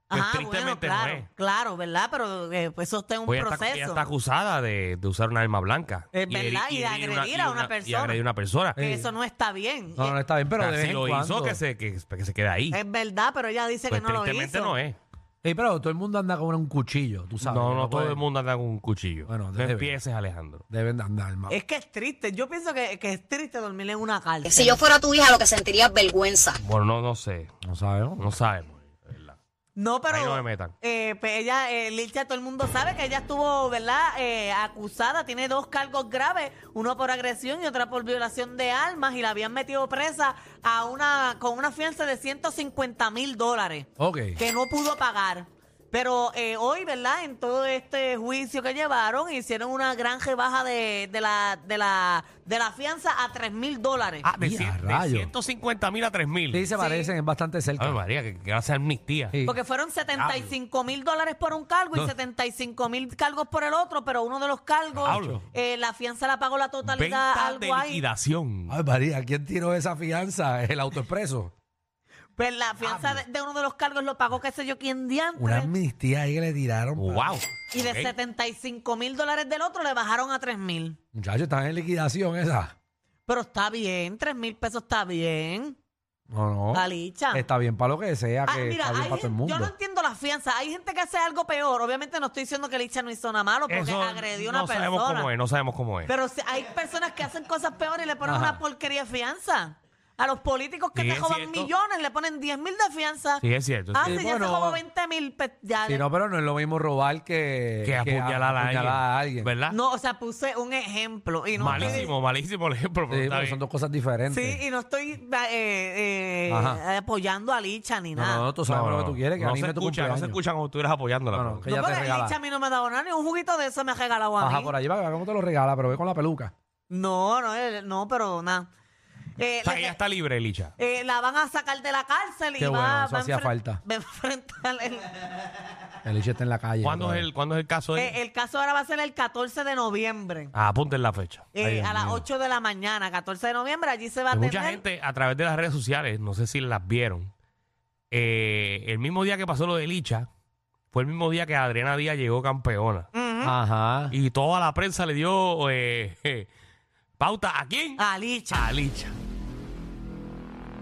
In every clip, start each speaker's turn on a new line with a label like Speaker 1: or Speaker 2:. Speaker 1: pues
Speaker 2: Ajá, bueno,
Speaker 1: tristemente
Speaker 2: claro,
Speaker 1: no es.
Speaker 2: claro, ¿verdad? Pero eh, pues eso está en un
Speaker 1: Pues ella está,
Speaker 2: proceso.
Speaker 1: ella está acusada de, de usar una arma blanca.
Speaker 2: Es verdad,
Speaker 1: heri-
Speaker 2: y de
Speaker 1: herir
Speaker 2: agredir a una
Speaker 1: Y
Speaker 2: persona.
Speaker 1: agredir a una persona.
Speaker 2: que eso no está bien.
Speaker 3: No, no
Speaker 2: Eh,
Speaker 3: está bien,
Speaker 1: O
Speaker 3: pero
Speaker 1: sea,
Speaker 3: de vez
Speaker 1: si
Speaker 3: en
Speaker 1: lo hizo,
Speaker 3: cuando.
Speaker 1: que se, que, que se quede ahí.
Speaker 2: Es verdad, pero ella dice
Speaker 1: Pues
Speaker 2: Eh, que no lo
Speaker 1: tristemente
Speaker 2: hizo.
Speaker 1: no es.
Speaker 3: Ey, pero todo el mundo anda con un cuchillo, tú sabes.
Speaker 1: no,
Speaker 3: que
Speaker 1: no, todo
Speaker 3: puede-
Speaker 1: el mundo anda con un cuchillo.
Speaker 3: Bueno,
Speaker 1: no
Speaker 3: debe.
Speaker 1: empieces, Alejandro.
Speaker 3: Deben de andar, hermano.
Speaker 2: Es que es triste. Yo pienso que, que es triste dormir en una cárcel.
Speaker 4: Si yo fuera tu hija, lo que sentiría es vergüenza.
Speaker 1: Bueno, no, no sé.
Speaker 3: No sabemos.
Speaker 1: No sabemos. de verdad.
Speaker 2: No, pero.
Speaker 1: Ahí no me metan.
Speaker 2: eh, pues ella, eh, Licha, todo el mundo sabe que ella estuvo, ¿verdad? Eh, acusada, tiene dos cargos graves, uno por agresión y otra por violación de armas, y la habían metido presa a una con una fianza de 150 mil dólares
Speaker 3: Ok.
Speaker 2: que no pudo pagar. Pero eh, hoy, ¿verdad? En todo este juicio que llevaron, hicieron una gran rebaja de, de la, de, la, de la fianza a 3 mil dólares.
Speaker 1: Ah, de,
Speaker 3: Ya,
Speaker 1: cien- de
Speaker 3: rayo.
Speaker 1: 150 mil a 3 mil.
Speaker 3: Sí, se parecen, es bastante cerca.
Speaker 1: Ay, María, que, que hace amnistía.
Speaker 3: Sí.
Speaker 2: Porque fueron 75 mil dólares por un cargo y 75 mil cargos por el otro, pero uno de los cargos,
Speaker 1: Hablo.
Speaker 2: eh, la fianza la pagó la totalidad
Speaker 1: Venta
Speaker 2: al
Speaker 1: de
Speaker 2: guay.
Speaker 1: liquidación.
Speaker 3: Ay, María, ¿quién tiró esa fianza? ¿El autoexpreso?
Speaker 2: Pues la fianza de, de uno de los cargos lo pagó, qué sé yo, quién diantre.
Speaker 3: Una amnistía ahí que le tiraron.
Speaker 1: ¡Wow!
Speaker 2: Y de
Speaker 1: Ok.
Speaker 2: 75 mil dólares del otro le bajaron a 3 mil.
Speaker 3: Muchachos, están en liquidación esa.
Speaker 2: Pero está bien, 3 mil pesos está bien.
Speaker 3: No,
Speaker 1: Oh.
Speaker 3: no.
Speaker 2: Alicha.
Speaker 3: Está bien para lo que sea,
Speaker 2: Ah,
Speaker 3: que
Speaker 2: mira,
Speaker 3: está bien
Speaker 2: hay
Speaker 3: para todo el
Speaker 2: gen-
Speaker 3: mundo.
Speaker 2: yo no entiendo las fianzas. Hay gente que hace algo peor. Obviamente no estoy diciendo que Licha no hizo nada malo porque
Speaker 1: Eso
Speaker 2: agredió a una
Speaker 1: no
Speaker 2: persona.
Speaker 1: sabemos cómo es, no sabemos cómo es.
Speaker 2: Pero si hay personas que hacen cosas peores y le ponen
Speaker 3: Ajá.
Speaker 2: una porquería de fianza. A los políticos que
Speaker 1: Sí,
Speaker 2: te
Speaker 1: es
Speaker 2: jodan
Speaker 1: cierto.
Speaker 2: millones le ponen 10 mil de fianza.
Speaker 1: Sí, es cierto.
Speaker 2: Ah,
Speaker 1: sí.
Speaker 2: si
Speaker 3: Sí,
Speaker 2: ya se
Speaker 3: bueno.
Speaker 2: robó 20 mil, pues ya.
Speaker 3: Sí, no, pero no es lo mismo robar Eh, que,
Speaker 1: que apuñalar a, alguien,
Speaker 3: apuñalar a alguien.
Speaker 1: ¿Verdad?
Speaker 2: No, o sea, puse un ejemplo. Y no
Speaker 1: malísimo, malísimo el ejemplo.
Speaker 3: Sí,
Speaker 1: pero está
Speaker 3: porque
Speaker 1: bien.
Speaker 3: son dos cosas
Speaker 2: Estoy,
Speaker 3: diferentes.
Speaker 2: sí, y no estoy eh, eh,
Speaker 3: Ajá.
Speaker 2: apoyando a Licha ni
Speaker 3: no,
Speaker 2: nada.
Speaker 3: no, no, tú sabes lo que tú quieres, que
Speaker 1: no
Speaker 3: anime
Speaker 1: se
Speaker 3: tu
Speaker 1: escucha, no
Speaker 3: cumpleaños.
Speaker 1: se escucha como tú eres apoyándola.
Speaker 3: No, no,
Speaker 1: pero-
Speaker 3: que ella
Speaker 2: pero
Speaker 3: te regala.
Speaker 2: Licha a mí no me ha dado nada, ni un juguito de eso me ha regalado a
Speaker 3: Ajá,
Speaker 2: mí.
Speaker 3: por allí va, ¿cómo te lo regala? Pero ve con la peluca.
Speaker 2: No, no, eh, no, pero nada. Eh,
Speaker 1: O sea,
Speaker 2: le-
Speaker 1: ella está libre, Licha.
Speaker 2: eh, la van a sacar de la cárcel y
Speaker 3: Qué
Speaker 2: va,
Speaker 3: bueno, eso
Speaker 2: va a
Speaker 3: hacía
Speaker 2: enfren-
Speaker 3: falta.
Speaker 2: va a enfrentar el,
Speaker 3: El Lichi está en la calle.
Speaker 1: ¿Cuándo
Speaker 3: otra
Speaker 1: es el,
Speaker 3: vez.
Speaker 1: ¿cuándo es el caso de
Speaker 2: eh, el caso ahora va a ser el 14 de noviembre.
Speaker 1: Ah, apunten la fecha.
Speaker 2: eh,
Speaker 3: Ay, Dios
Speaker 2: a las
Speaker 3: mío.
Speaker 2: 8 de la mañana, 14 de noviembre, allí se va a
Speaker 1: Que
Speaker 2: tener.
Speaker 1: mucha gente a través de las redes sociales, no sé si las vieron, eh, el mismo día que pasó lo de Licha, fue el mismo día que Adriana Díaz llegó campeona.
Speaker 2: Mm.
Speaker 3: Ajá.
Speaker 1: Y toda la prensa le dio eh, je, pauta a quién?
Speaker 2: A Licha.
Speaker 1: A Licha.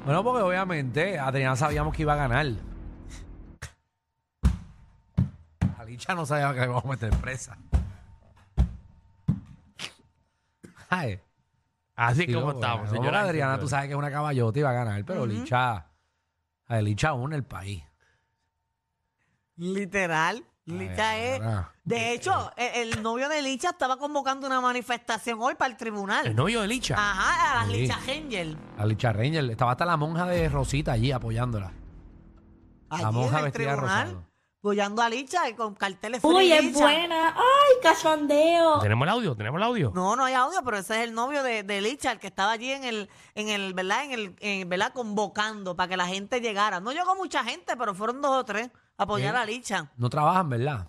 Speaker 3: Bueno, porque obviamente Adrián sabíamos que iba a ganar. Alicia no sabía que le íbamos a meter presa. Ay,
Speaker 1: Así es
Speaker 3: digo,
Speaker 1: como
Speaker 3: bueno,
Speaker 1: estamos,
Speaker 3: vamos,
Speaker 1: señora.
Speaker 3: Adriana, tú sabes que es una caballota y va a ganar, pero Licha. A Licha aún el país.
Speaker 2: Literal. Licha
Speaker 3: Ay,
Speaker 2: es.
Speaker 3: ahora. Eh,
Speaker 2: De hecho, e, el, el novio de Licha estaba convocando una manifestación hoy para el tribunal.
Speaker 1: El novio de Licha.
Speaker 2: Ajá, a las
Speaker 3: Eh. Sí.
Speaker 2: Licha Angel.
Speaker 3: La Licha Ranger. Estaba hasta la monja de Rosita allí apoyándola.
Speaker 2: Allí
Speaker 3: monja vestida
Speaker 2: en el
Speaker 3: de
Speaker 2: tribunal.
Speaker 3: rosado.
Speaker 2: Apoyando a Licha y con carteles
Speaker 5: Uy,
Speaker 2: free
Speaker 5: es
Speaker 2: Licha.
Speaker 5: buena. Ay, cachondeo.
Speaker 1: Tenemos el audio, tenemos el audio.
Speaker 2: No, no hay audio, pero ese es el novio de, de Licha, el que estaba allí en el, en el, ¿verdad? En el, en, ¿verdad? Convocando para que la gente llegara. No llegó mucha gente, pero fueron dos o tres a apoyar a Licha.
Speaker 3: No trabajan, ¿verdad?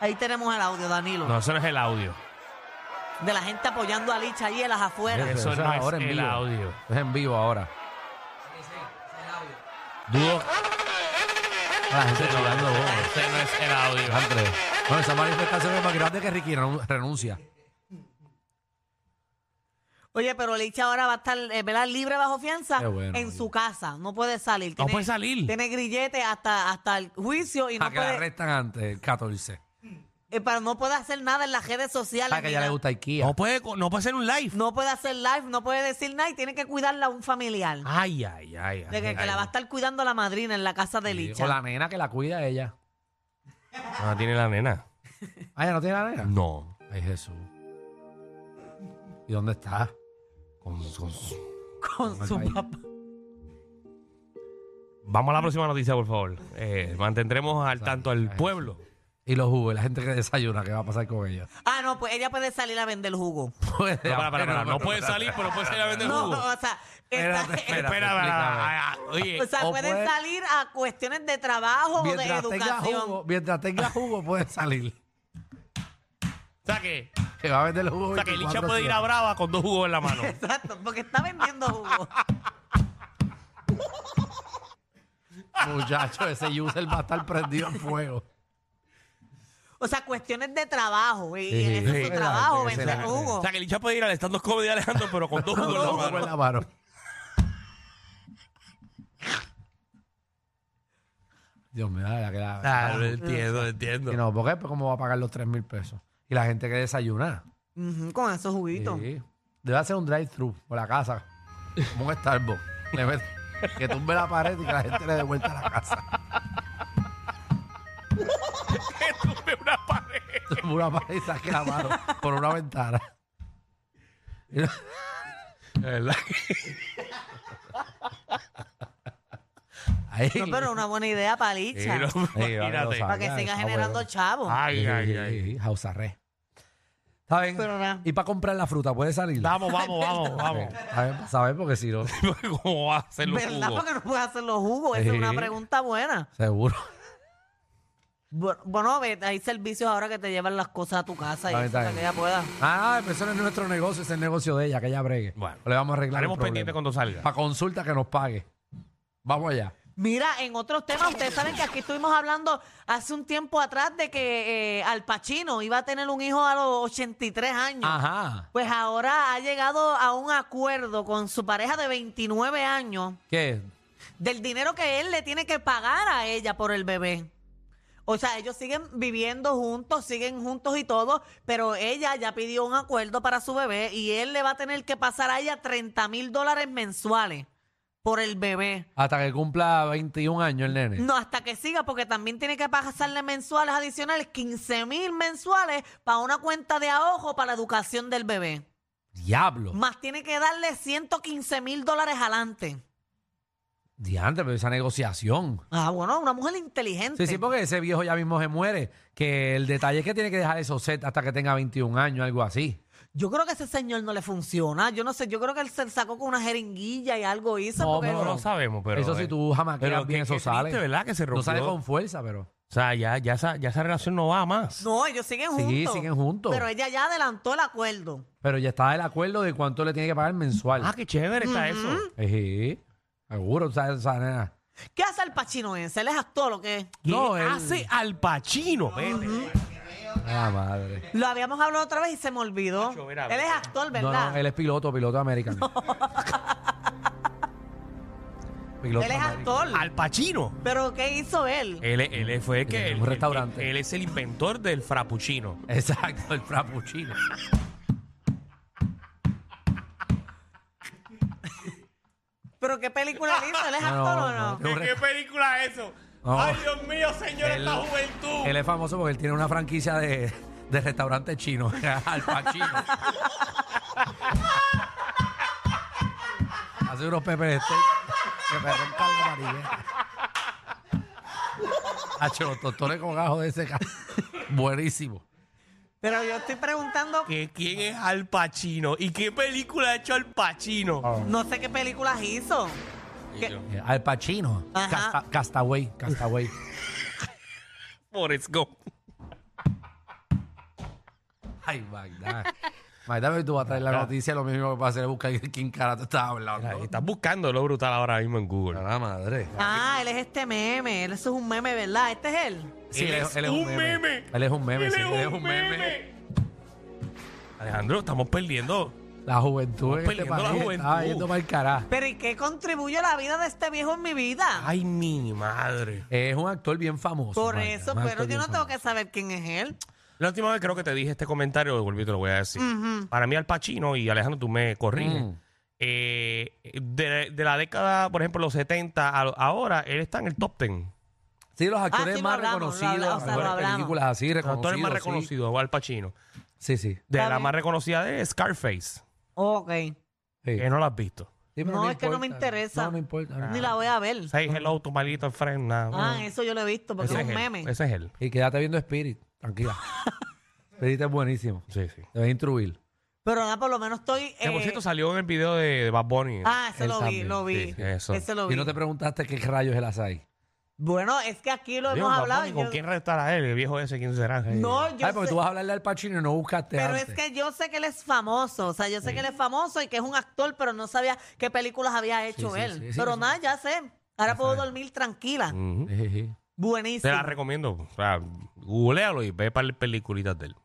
Speaker 2: Ahí tenemos el audio, Danilo.
Speaker 1: No, eso no es el audio.
Speaker 2: De la gente apoyando a Licha allí en las afueras.
Speaker 1: Eso no es el audio.
Speaker 3: Es en vivo ahora.
Speaker 1: Dudo.
Speaker 3: La gente chillando, bueno.
Speaker 1: Ese no es el audio.
Speaker 3: Andre. Bueno, esa manifestación es más grande que Ricky renun- renuncia.
Speaker 2: Oye, pero Licha ahora va a estar, eh, ¿verdad? Libre bajo fianza
Speaker 3: Qué bueno,
Speaker 2: en
Speaker 3: oye.
Speaker 2: su casa. No puede salir.
Speaker 1: No puede salir.
Speaker 2: Tiene grillete hasta, hasta el juicio y
Speaker 3: Para
Speaker 2: no
Speaker 3: que la
Speaker 2: puede,
Speaker 3: arrestan antes, el 14.
Speaker 2: eh, pero no puede hacer nada en las redes sociales.
Speaker 3: Para Ah, que
Speaker 2: ni
Speaker 3: ya le
Speaker 2: nada.
Speaker 3: gusta Ikea.
Speaker 1: No puede, co- no puede ser un live.
Speaker 2: No puede hacer live, no puede decir nada y tiene que cuidarla a un familiar.
Speaker 1: Ay, ay, ay.
Speaker 2: de que,
Speaker 1: ay,
Speaker 2: que la va a
Speaker 1: ay.
Speaker 2: estar cuidando la madrina en la casa de
Speaker 3: Sí,
Speaker 2: Licha.
Speaker 3: O la nena que la cuida ella.
Speaker 1: No tiene la nena.
Speaker 3: Ah, ¿ya no tiene la nena?
Speaker 1: No.
Speaker 3: Ay, Jesús. ¿Y dónde está?
Speaker 1: Con- con su-
Speaker 2: con su papá.
Speaker 1: Vamos a la próxima noticia, por favor. Eh, mantendremos al tanto al pueblo.
Speaker 3: Y los jugos, la gente que desayuna, ¿qué va a pasar con ellos?
Speaker 2: Ah, no, pues ella puede salir a vender jugo.
Speaker 3: Puede-
Speaker 1: No, para, para, para, No puede salir, pero puede salir a vender
Speaker 2: No,
Speaker 1: jugo.
Speaker 2: o sea, está-
Speaker 3: Espérate,
Speaker 1: Espera, espera.
Speaker 3: explícame.
Speaker 1: Oye,
Speaker 2: o sea,
Speaker 3: o
Speaker 2: puede
Speaker 3: puede-
Speaker 2: salir a cuestiones de trabajo o de
Speaker 3: Mientras tenga,
Speaker 2: educación.
Speaker 3: jugo, mientras tenga jugo, puede salir.
Speaker 1: saque.
Speaker 3: Que va a vender el jugo.
Speaker 1: O sea, que Licha
Speaker 3: 24/7.
Speaker 1: puede ir a Brava con dos jugos en la mano.
Speaker 2: Exacto, porque está vendiendo jugo.
Speaker 3: Muchacho, ese user va a estar prendido en fuego.
Speaker 2: O sea, cuestiones de trabajo. Y, y
Speaker 3: Sí,
Speaker 2: ese es
Speaker 3: sí.
Speaker 2: su trabajo,
Speaker 3: Ese
Speaker 2: vender
Speaker 3: la-
Speaker 2: jugo.
Speaker 1: O sea, que Licha puede ir al stand-up comedy de Alejandro, pero con dos
Speaker 3: Con
Speaker 1: jugos
Speaker 3: los
Speaker 1: en la
Speaker 3: jugos en
Speaker 1: mano.
Speaker 3: la mano. Dios mío, la que la.
Speaker 1: Ah, lo entiendo, lo
Speaker 3: Y
Speaker 1: entiendo.
Speaker 3: no, porque pues, cómo va a pagar los 3 mil pesos. Y la gente que desayuna.
Speaker 2: Ujú, con esos juguitos.
Speaker 3: Sí. Debe hacer un drive-thru por la casa. Como un Starbucks. Le mete- que tumbe la pared y que la gente le dé vuelta a la casa.
Speaker 1: Que tumbe una pared.
Speaker 3: Tumbe una pared y saque la mano por una ventana. Y no-
Speaker 1: De verdad.
Speaker 3: Ahí.
Speaker 2: No, pero una buena idea para Licha.
Speaker 1: Sí, no,
Speaker 3: vale,
Speaker 1: imagínate.
Speaker 3: lo sabe.
Speaker 2: para que
Speaker 3: Ah,
Speaker 2: siga
Speaker 3: está
Speaker 2: generando
Speaker 3: bueno.
Speaker 2: chavos.
Speaker 1: Ay, ay, ay.
Speaker 3: Sí, House arrest. ¿Está bien?
Speaker 2: Pero nada.
Speaker 3: Y para comprar la fruta, ¿puede salir?
Speaker 1: Vamos, vamos, vamos, vamos.
Speaker 3: ¿Sabes? ¿Sabes? Porque si no,
Speaker 1: ¿Cómo va a hacer los
Speaker 2: ¿Verdad?
Speaker 1: jugos?
Speaker 2: Porque no puede hacer los jugos. Esa es una
Speaker 3: Sí.
Speaker 2: pregunta buena.
Speaker 3: seguro.
Speaker 2: Bu- Bueno, ve, hay servicios ahora que te llevan las cosas a tu casa y
Speaker 3: Está bien,
Speaker 2: eso,
Speaker 3: está
Speaker 2: para que
Speaker 3: bien.
Speaker 2: ella pueda.
Speaker 3: Ah, pero eso no es nuestro negocio, es el negocio de ella, que ella bregue.
Speaker 1: Bueno.
Speaker 3: le vamos a arreglar.
Speaker 1: Estaremos pendientes cuando salga.
Speaker 3: Para consulta que nos pague. Vamos allá.
Speaker 2: Mira, en otros temas, ustedes saben que aquí estuvimos hablando hace un tiempo atrás de que eh, Al Pacino iba a tener un hijo a los 83 años.
Speaker 6: Ajá.
Speaker 2: Pues ahora ha llegado a un acuerdo con su pareja de 29 años
Speaker 6: ¿Qué?
Speaker 2: del dinero que él le tiene que pagar a ella por el bebé. O sea, ellos siguen viviendo juntos, siguen juntos y todo, pero ella ya pidió un acuerdo para su bebé y él le va a tener que pasar a ella 30 mil dólares mensuales por el bebé.
Speaker 3: Hasta que cumpla 21 años el nene.
Speaker 2: No, hasta que siga, porque también tiene que pasarle mensuales adicionales, 15 mil mensuales para una cuenta de ahogo para la educación del bebé.
Speaker 3: Diablo.
Speaker 2: Más tiene que darle 115 mil dólares adelante.
Speaker 3: Diante, pero esa negociación.
Speaker 2: Ah, bueno, una mujer inteligente.
Speaker 3: Sí, sí, porque ese viejo ya mismo se muere. Que el detalle es que tiene que dejar esos set hasta que tenga 21 años, algo así.
Speaker 2: Yo creo que ese señor no le funciona. Yo no sé, yo creo que él se sacó con una jeringuilla y algo hizo.
Speaker 1: No,
Speaker 2: porque
Speaker 1: pero no sabemos, pero. eh,
Speaker 3: eso si tú jamás
Speaker 1: pero
Speaker 3: bien,
Speaker 1: qué-
Speaker 3: eso
Speaker 1: qué
Speaker 3: sale.
Speaker 1: triste, ¿verdad? Que se
Speaker 3: No sale
Speaker 1: rompió.
Speaker 3: con fuerza, pero.
Speaker 1: O sea, ya, ya, esa, ya esa relación no va a más.
Speaker 2: No, ellos siguen
Speaker 3: Sí,
Speaker 2: juntos.
Speaker 3: siguen juntos.
Speaker 2: Pero ella ya adelantó el acuerdo.
Speaker 3: Pero ya está el acuerdo de cuánto le tiene que pagar mensual.
Speaker 1: Ah, qué chévere está eso.
Speaker 3: Ejí, seguro, ¿sabes? esa nena.
Speaker 2: ¿Qué hace el pachino ese? ¿Él es actor o qué?
Speaker 1: No,
Speaker 3: él-
Speaker 1: hace al Pacino, vete.
Speaker 3: Ah, madre.
Speaker 2: Lo habíamos hablado otra vez y se me olvidó.
Speaker 1: Nacho, mira,
Speaker 2: él es
Speaker 1: mira.
Speaker 2: actor,
Speaker 3: No,
Speaker 2: ¿verdad?
Speaker 3: no, él es piloto, piloto americano. piloto
Speaker 2: Él es
Speaker 3: americano.
Speaker 2: actor.
Speaker 1: Al Pacino.
Speaker 2: Pero ¿qué hizo él?
Speaker 1: Él, él fue el
Speaker 3: Él
Speaker 1: que.
Speaker 3: es un
Speaker 1: el- el-
Speaker 3: restaurante.
Speaker 1: Él, es el inventor del frappuccino.
Speaker 3: Exacto, el frappuccino.
Speaker 2: ¿Pero qué película él hizo? ¿Él es
Speaker 3: No,
Speaker 2: actor o
Speaker 3: no,
Speaker 2: no?
Speaker 3: no. ¿Qué
Speaker 1: película es eso?
Speaker 3: No. Ay,
Speaker 1: Dios mío, señor,
Speaker 3: Él- esta
Speaker 1: juventud.
Speaker 3: Él es famoso porque él tiene una franquicia de, de restaurante chino, al Pacino. Hace unos pepe de steak que me roncan la nariz. Hacho, los tostones con ajo de ese ca- Buenísimo.
Speaker 2: Pero yo estoy preguntando,
Speaker 1: ¿Quién es Al Pacino? ¿Y qué película ha hecho Al Pacino?
Speaker 3: Oh.
Speaker 2: no sé qué películas hizo. ¿Qué?
Speaker 3: Eh, Al Pacino.
Speaker 2: Ajá.
Speaker 3: Casta- Castaway, Castaway.
Speaker 1: Forrest Gump.
Speaker 3: Ay, Magda. Magda, tú vas a traer la noticia, lo mismo que va a hacer es buscar quién carajo estaba hablando.
Speaker 1: Ahí Estás buscando lo brutal ahora mismo en Google.
Speaker 3: la madre.
Speaker 2: Ah, él es este meme. Él eso es un meme, ¿verdad? Este es él.
Speaker 3: Sí, él, es, él es un meme. Él es un meme, sí, él es un meme.
Speaker 1: Alejandro, estamos perdiendo.
Speaker 3: La juventud en
Speaker 1: Estamos
Speaker 3: este
Speaker 1: perdiendo la
Speaker 3: país
Speaker 1: juventud.
Speaker 3: estaba yendo para el carajo.
Speaker 2: Pero ¿y qué contribuye la vida de este viejo en mi vida?
Speaker 1: Ay, mi madre.
Speaker 3: Es un actor bien famoso.
Speaker 2: Por
Speaker 3: Magda,
Speaker 2: eso,
Speaker 3: un actor
Speaker 2: pero yo
Speaker 3: bien
Speaker 2: no tengo
Speaker 3: famoso.
Speaker 2: que saber quién es él.
Speaker 1: La última vez creo que te dije este comentario, lo volví y te lo voy a decir. Para mí, Al Pacino, y Alejandro, tú me corriges.
Speaker 3: Mm.
Speaker 1: eh, de, de la década, por ejemplo, los 70 a lo- ahora, él está en el top 10.
Speaker 3: Sí, los actores
Speaker 2: Ah, sí, lo
Speaker 3: más
Speaker 2: hablamos, lo
Speaker 3: reconocidos,
Speaker 2: hablamos, o sea, lo
Speaker 3: mejores
Speaker 2: hablamos.
Speaker 3: películas así,
Speaker 1: Los
Speaker 3: reconocidos.
Speaker 1: actores más
Speaker 3: sí.
Speaker 1: reconocidos, Al Pacino.
Speaker 3: Sí, sí.
Speaker 1: De
Speaker 2: Está
Speaker 1: la
Speaker 2: bien.
Speaker 1: más reconocida de Scarface,
Speaker 2: Ok.
Speaker 3: sí.
Speaker 1: que no la has visto.
Speaker 3: Sí, pero
Speaker 2: No, es que no me interesa.
Speaker 3: No, no importa. no.
Speaker 2: Ni la voy a ver.
Speaker 1: Say hello to my little friend. nah,
Speaker 2: Ah,
Speaker 1: nah.
Speaker 2: eso yo lo he visto porque
Speaker 1: Ese
Speaker 2: es un
Speaker 1: él,
Speaker 2: meme.
Speaker 1: Ese es él.
Speaker 3: Y quédate viendo Spirit, tranquila. Spirit es buenísimo.
Speaker 1: Sí, sí.
Speaker 3: Te va a instruir.
Speaker 2: Pero nada, por lo menos estoy.
Speaker 1: Que por
Speaker 2: eh,
Speaker 1: cierto salió en el video de, de Bad Bunny.
Speaker 2: Ah, eso
Speaker 3: Él
Speaker 2: lo vi,
Speaker 3: también,
Speaker 2: lo vi.
Speaker 1: sí, sí, eso.
Speaker 2: Ese lo vi.
Speaker 3: Y no te preguntaste qué rayos es el azai.
Speaker 2: Bueno, es que aquí lo
Speaker 1: Digo,
Speaker 2: hemos
Speaker 1: Bad
Speaker 2: hablado.
Speaker 1: Bunny,
Speaker 2: y
Speaker 1: ¿Con
Speaker 2: yo-
Speaker 1: quién restará él? El viejo ese, ¿quién será?
Speaker 2: No, yo
Speaker 3: Ay, porque
Speaker 2: sé-
Speaker 3: tú vas a hablarle al Pacino y no buscaste
Speaker 2: pero
Speaker 3: antes.
Speaker 2: es que yo sé que él es famoso, o sea, yo sé que él es famoso y que es un actor, pero no sabía qué películas había hecho
Speaker 3: sí,
Speaker 2: él.
Speaker 3: sí, sí, Mm.
Speaker 2: pero
Speaker 3: eso-
Speaker 2: nada, ya sé. Ahora puedo dormir tranquila.
Speaker 1: Ujú.
Speaker 3: Sí, sí.
Speaker 1: Te
Speaker 2: Buenísimo.
Speaker 1: la recomiendo. O sea, googlealo y ve para las peliculitas de él.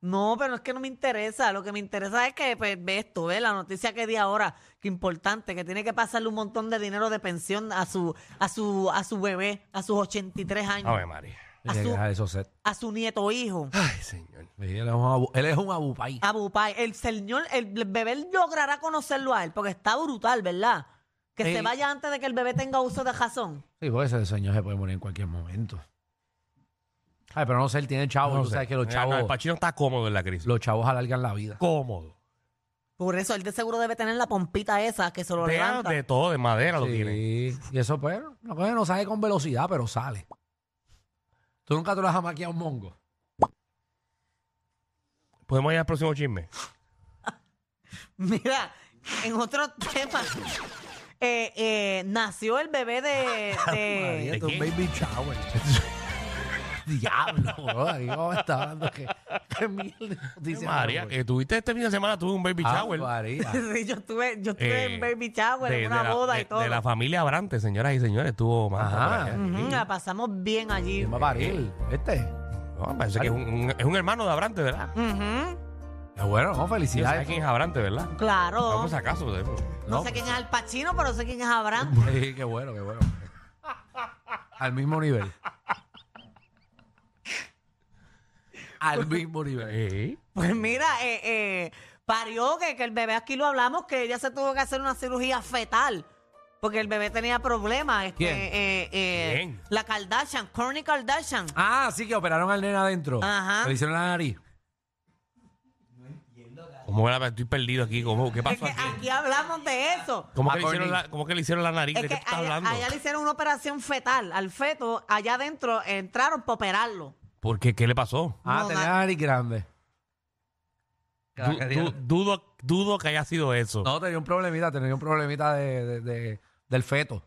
Speaker 2: No, pero es que no me interesa. Lo que me interesa es que pues, ve esto, ve la noticia que di ahora, que importante, que tiene que pasarle un montón de dinero de pensión a su, a su, a su bebé, a sus 83 años,
Speaker 1: A ver, María.
Speaker 3: Hay que
Speaker 2: Azul.
Speaker 3: dejar esos set.
Speaker 2: a su nieto hijo.
Speaker 1: Ay, señor.
Speaker 3: Sí, Él es un abu- él es un abupay.
Speaker 2: Abu Pai, el señor, el bebé logrará conocerlo a él, porque está brutal, ¿verdad? Que se
Speaker 3: Eh.
Speaker 2: vaya antes de que el bebé tenga uso de razón.
Speaker 3: Sí, porque ese señor se puede morir en cualquier momento. Ay, pero no sé, él tiene chavos.
Speaker 1: No
Speaker 3: tú
Speaker 1: sé.
Speaker 3: sabes que los
Speaker 1: Mira,
Speaker 3: chavos,
Speaker 1: no, el Pachino está cómodo en la crisis.
Speaker 3: los chavos alargan la vida.
Speaker 1: Cómodo.
Speaker 2: Por eso él de seguro debe tener la pompita esa que se lo
Speaker 1: De,
Speaker 2: levanta.
Speaker 1: de todo, de madera lo
Speaker 3: Sí,
Speaker 1: tiene.
Speaker 3: Y eso, pues, no, pues, no sale con velocidad, pero sale. Tú nunca te lo has amaqueado un mongo.
Speaker 1: Podemos ir al próximo chisme.
Speaker 2: Mira, en otro tema, eh, eh, nació el bebé de, de-
Speaker 3: María, esto es un
Speaker 1: quién?
Speaker 3: baby shower. Diablo, bro. Aquí vamos a estar hablando que. Qué mierda. de noticias,
Speaker 1: María,
Speaker 3: bro.
Speaker 1: que tuviste este fin de semana, tuve un baby
Speaker 3: Ah,
Speaker 1: shower.
Speaker 3: María.
Speaker 2: Sí, yo estuve, yo estuve
Speaker 1: eh,
Speaker 2: en baby shower,
Speaker 1: de-
Speaker 2: en una
Speaker 1: de la-
Speaker 2: boda
Speaker 1: de-
Speaker 2: y todo.
Speaker 1: De la familia Abrante, señoras y señores, tuvo más.
Speaker 3: Ajá.
Speaker 2: Ujú, la pasamos bien allí.
Speaker 3: ¿Quién va a parir? ¿Este?
Speaker 1: No, parece que es un, un- es un hermano de Abrante, ¿verdad?
Speaker 2: Ujú,
Speaker 3: Eh, Bueno, no,
Speaker 1: Sí, ¿Sabes
Speaker 3: felicidades.
Speaker 1: quién es Abrante, verdad?
Speaker 2: Claro.
Speaker 1: No, por si acaso. de-
Speaker 2: No,
Speaker 3: No.
Speaker 2: sé quién es Al Pacino, pero sé quién es Abraham.
Speaker 3: Sí, qué bueno, qué bueno. Al mismo nivel. Al mismo nivel.
Speaker 1: Sí.
Speaker 2: Pues mira, eh, eh, parió que, que el bebé aquí lo hablamos, que ella se tuvo que hacer una cirugía fetal. Porque el bebé tenía problemas. Este,
Speaker 3: ¿Quién?
Speaker 2: eh, eh,
Speaker 1: ¿Quién?
Speaker 2: La Kardashian, Kourtney Kardashian.
Speaker 3: Ah, sí que operaron al nene adentro.
Speaker 2: Ajá.
Speaker 3: Le hicieron la nariz.
Speaker 1: ¿Cómo era? Estoy perdido aquí. ¿Cómo? ¿Qué
Speaker 2: es
Speaker 1: Ah, pasó
Speaker 2: que
Speaker 1: aquí?
Speaker 2: aquí hablamos de eso.
Speaker 1: ¿Cómo que,
Speaker 3: A
Speaker 1: le hicieron
Speaker 3: Courtney.
Speaker 1: la, ¿Cómo que le hicieron la nariz?
Speaker 2: Es
Speaker 1: ¿De
Speaker 2: que
Speaker 1: qué tú estás
Speaker 2: allá,
Speaker 1: hablando?
Speaker 2: allá le hicieron una operación fetal al feto. Allá adentro entraron para operarlo.
Speaker 1: ¿Por qué? ¿Qué le pasó?
Speaker 3: Ah,
Speaker 2: No,
Speaker 3: tenía
Speaker 2: na-
Speaker 3: la nariz grande.
Speaker 1: Du- du- dudo, dudo que haya sido eso.
Speaker 3: No, tenía un problemita, tenía un problemita de, de- de- del feto.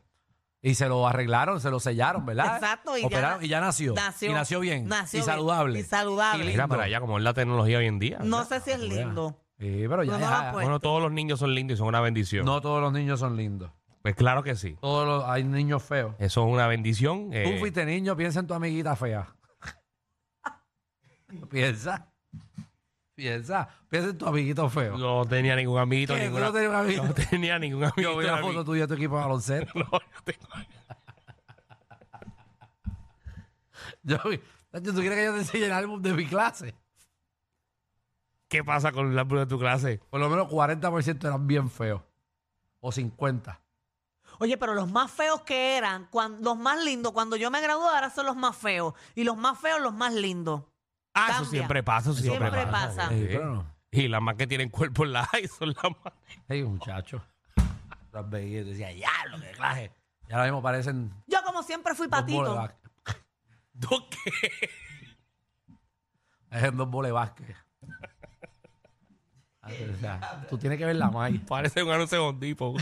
Speaker 3: Y se lo arreglaron, se lo sellaron, ¿verdad?
Speaker 2: Exacto, y ya
Speaker 3: Operaron
Speaker 2: na-
Speaker 3: y ya nació.
Speaker 2: nació.
Speaker 3: Y nació bien.
Speaker 2: Nació
Speaker 3: y
Speaker 2: bien.
Speaker 3: saludable.
Speaker 2: Y saludable.
Speaker 3: Y lindo.
Speaker 1: Mira para allá, como es la tecnología hoy en día.
Speaker 2: No
Speaker 1: ¿verdad?
Speaker 2: sé si es lindo.
Speaker 3: Sí, pero ya.
Speaker 2: No, no
Speaker 3: ya-
Speaker 2: lo puedo.
Speaker 1: Bueno, todos los niños son lindos y son una bendición.
Speaker 3: no todos los niños son lindos.
Speaker 1: Pues claro que sí.
Speaker 3: Todos los, hay niños feos.
Speaker 1: Eso es una bendición. eh,
Speaker 3: Tú fuiste niño, piensa en tu amiguita fea. piensa. Piensa. Piensa en tu amiguito feo.
Speaker 1: No tenía ningún amiguito,
Speaker 3: ¿Qué? ¿Tú
Speaker 1: ninguna,
Speaker 3: no tenías un amiguito?
Speaker 1: no tenía ningún amiguito.
Speaker 3: Yo vi la
Speaker 1: ni-
Speaker 3: foto tuya de tu equipo de baloncesto.
Speaker 1: No, yo tengo-
Speaker 3: Yo vi. Nacho, ¿Tú quieres que yo te enseñe el álbum de mi clase?
Speaker 1: ¿Qué pasa con el árbol de tu clase?
Speaker 3: Por lo menos 40% eran bien feos. O 50.
Speaker 2: Oye, pero los más feos que eran, cuan- los más lindos, cuando yo me gradué, ahora son los más feos. Y los más feos, los más lindos.
Speaker 1: Ah,
Speaker 2: Cambia.
Speaker 1: eso siempre pasa, eso siempre,
Speaker 2: Siempre pasa.
Speaker 1: sí.
Speaker 3: Sí, pero no.
Speaker 1: Y las más que tienen cuerpo en la hay son las más.
Speaker 3: Hey, muchacho. Las veía y decía, ya, lo que clase. Y ahora mismo parecen dos
Speaker 2: Yo, como siempre, fui
Speaker 3: boles de
Speaker 2: patito.
Speaker 3: básquet.
Speaker 1: ¿Tú qué?
Speaker 3: Parecen dos boles de básquet. Ah, pero, o sea, tú tienes que ver la malla.
Speaker 1: Parece un anuncio de Home Depot.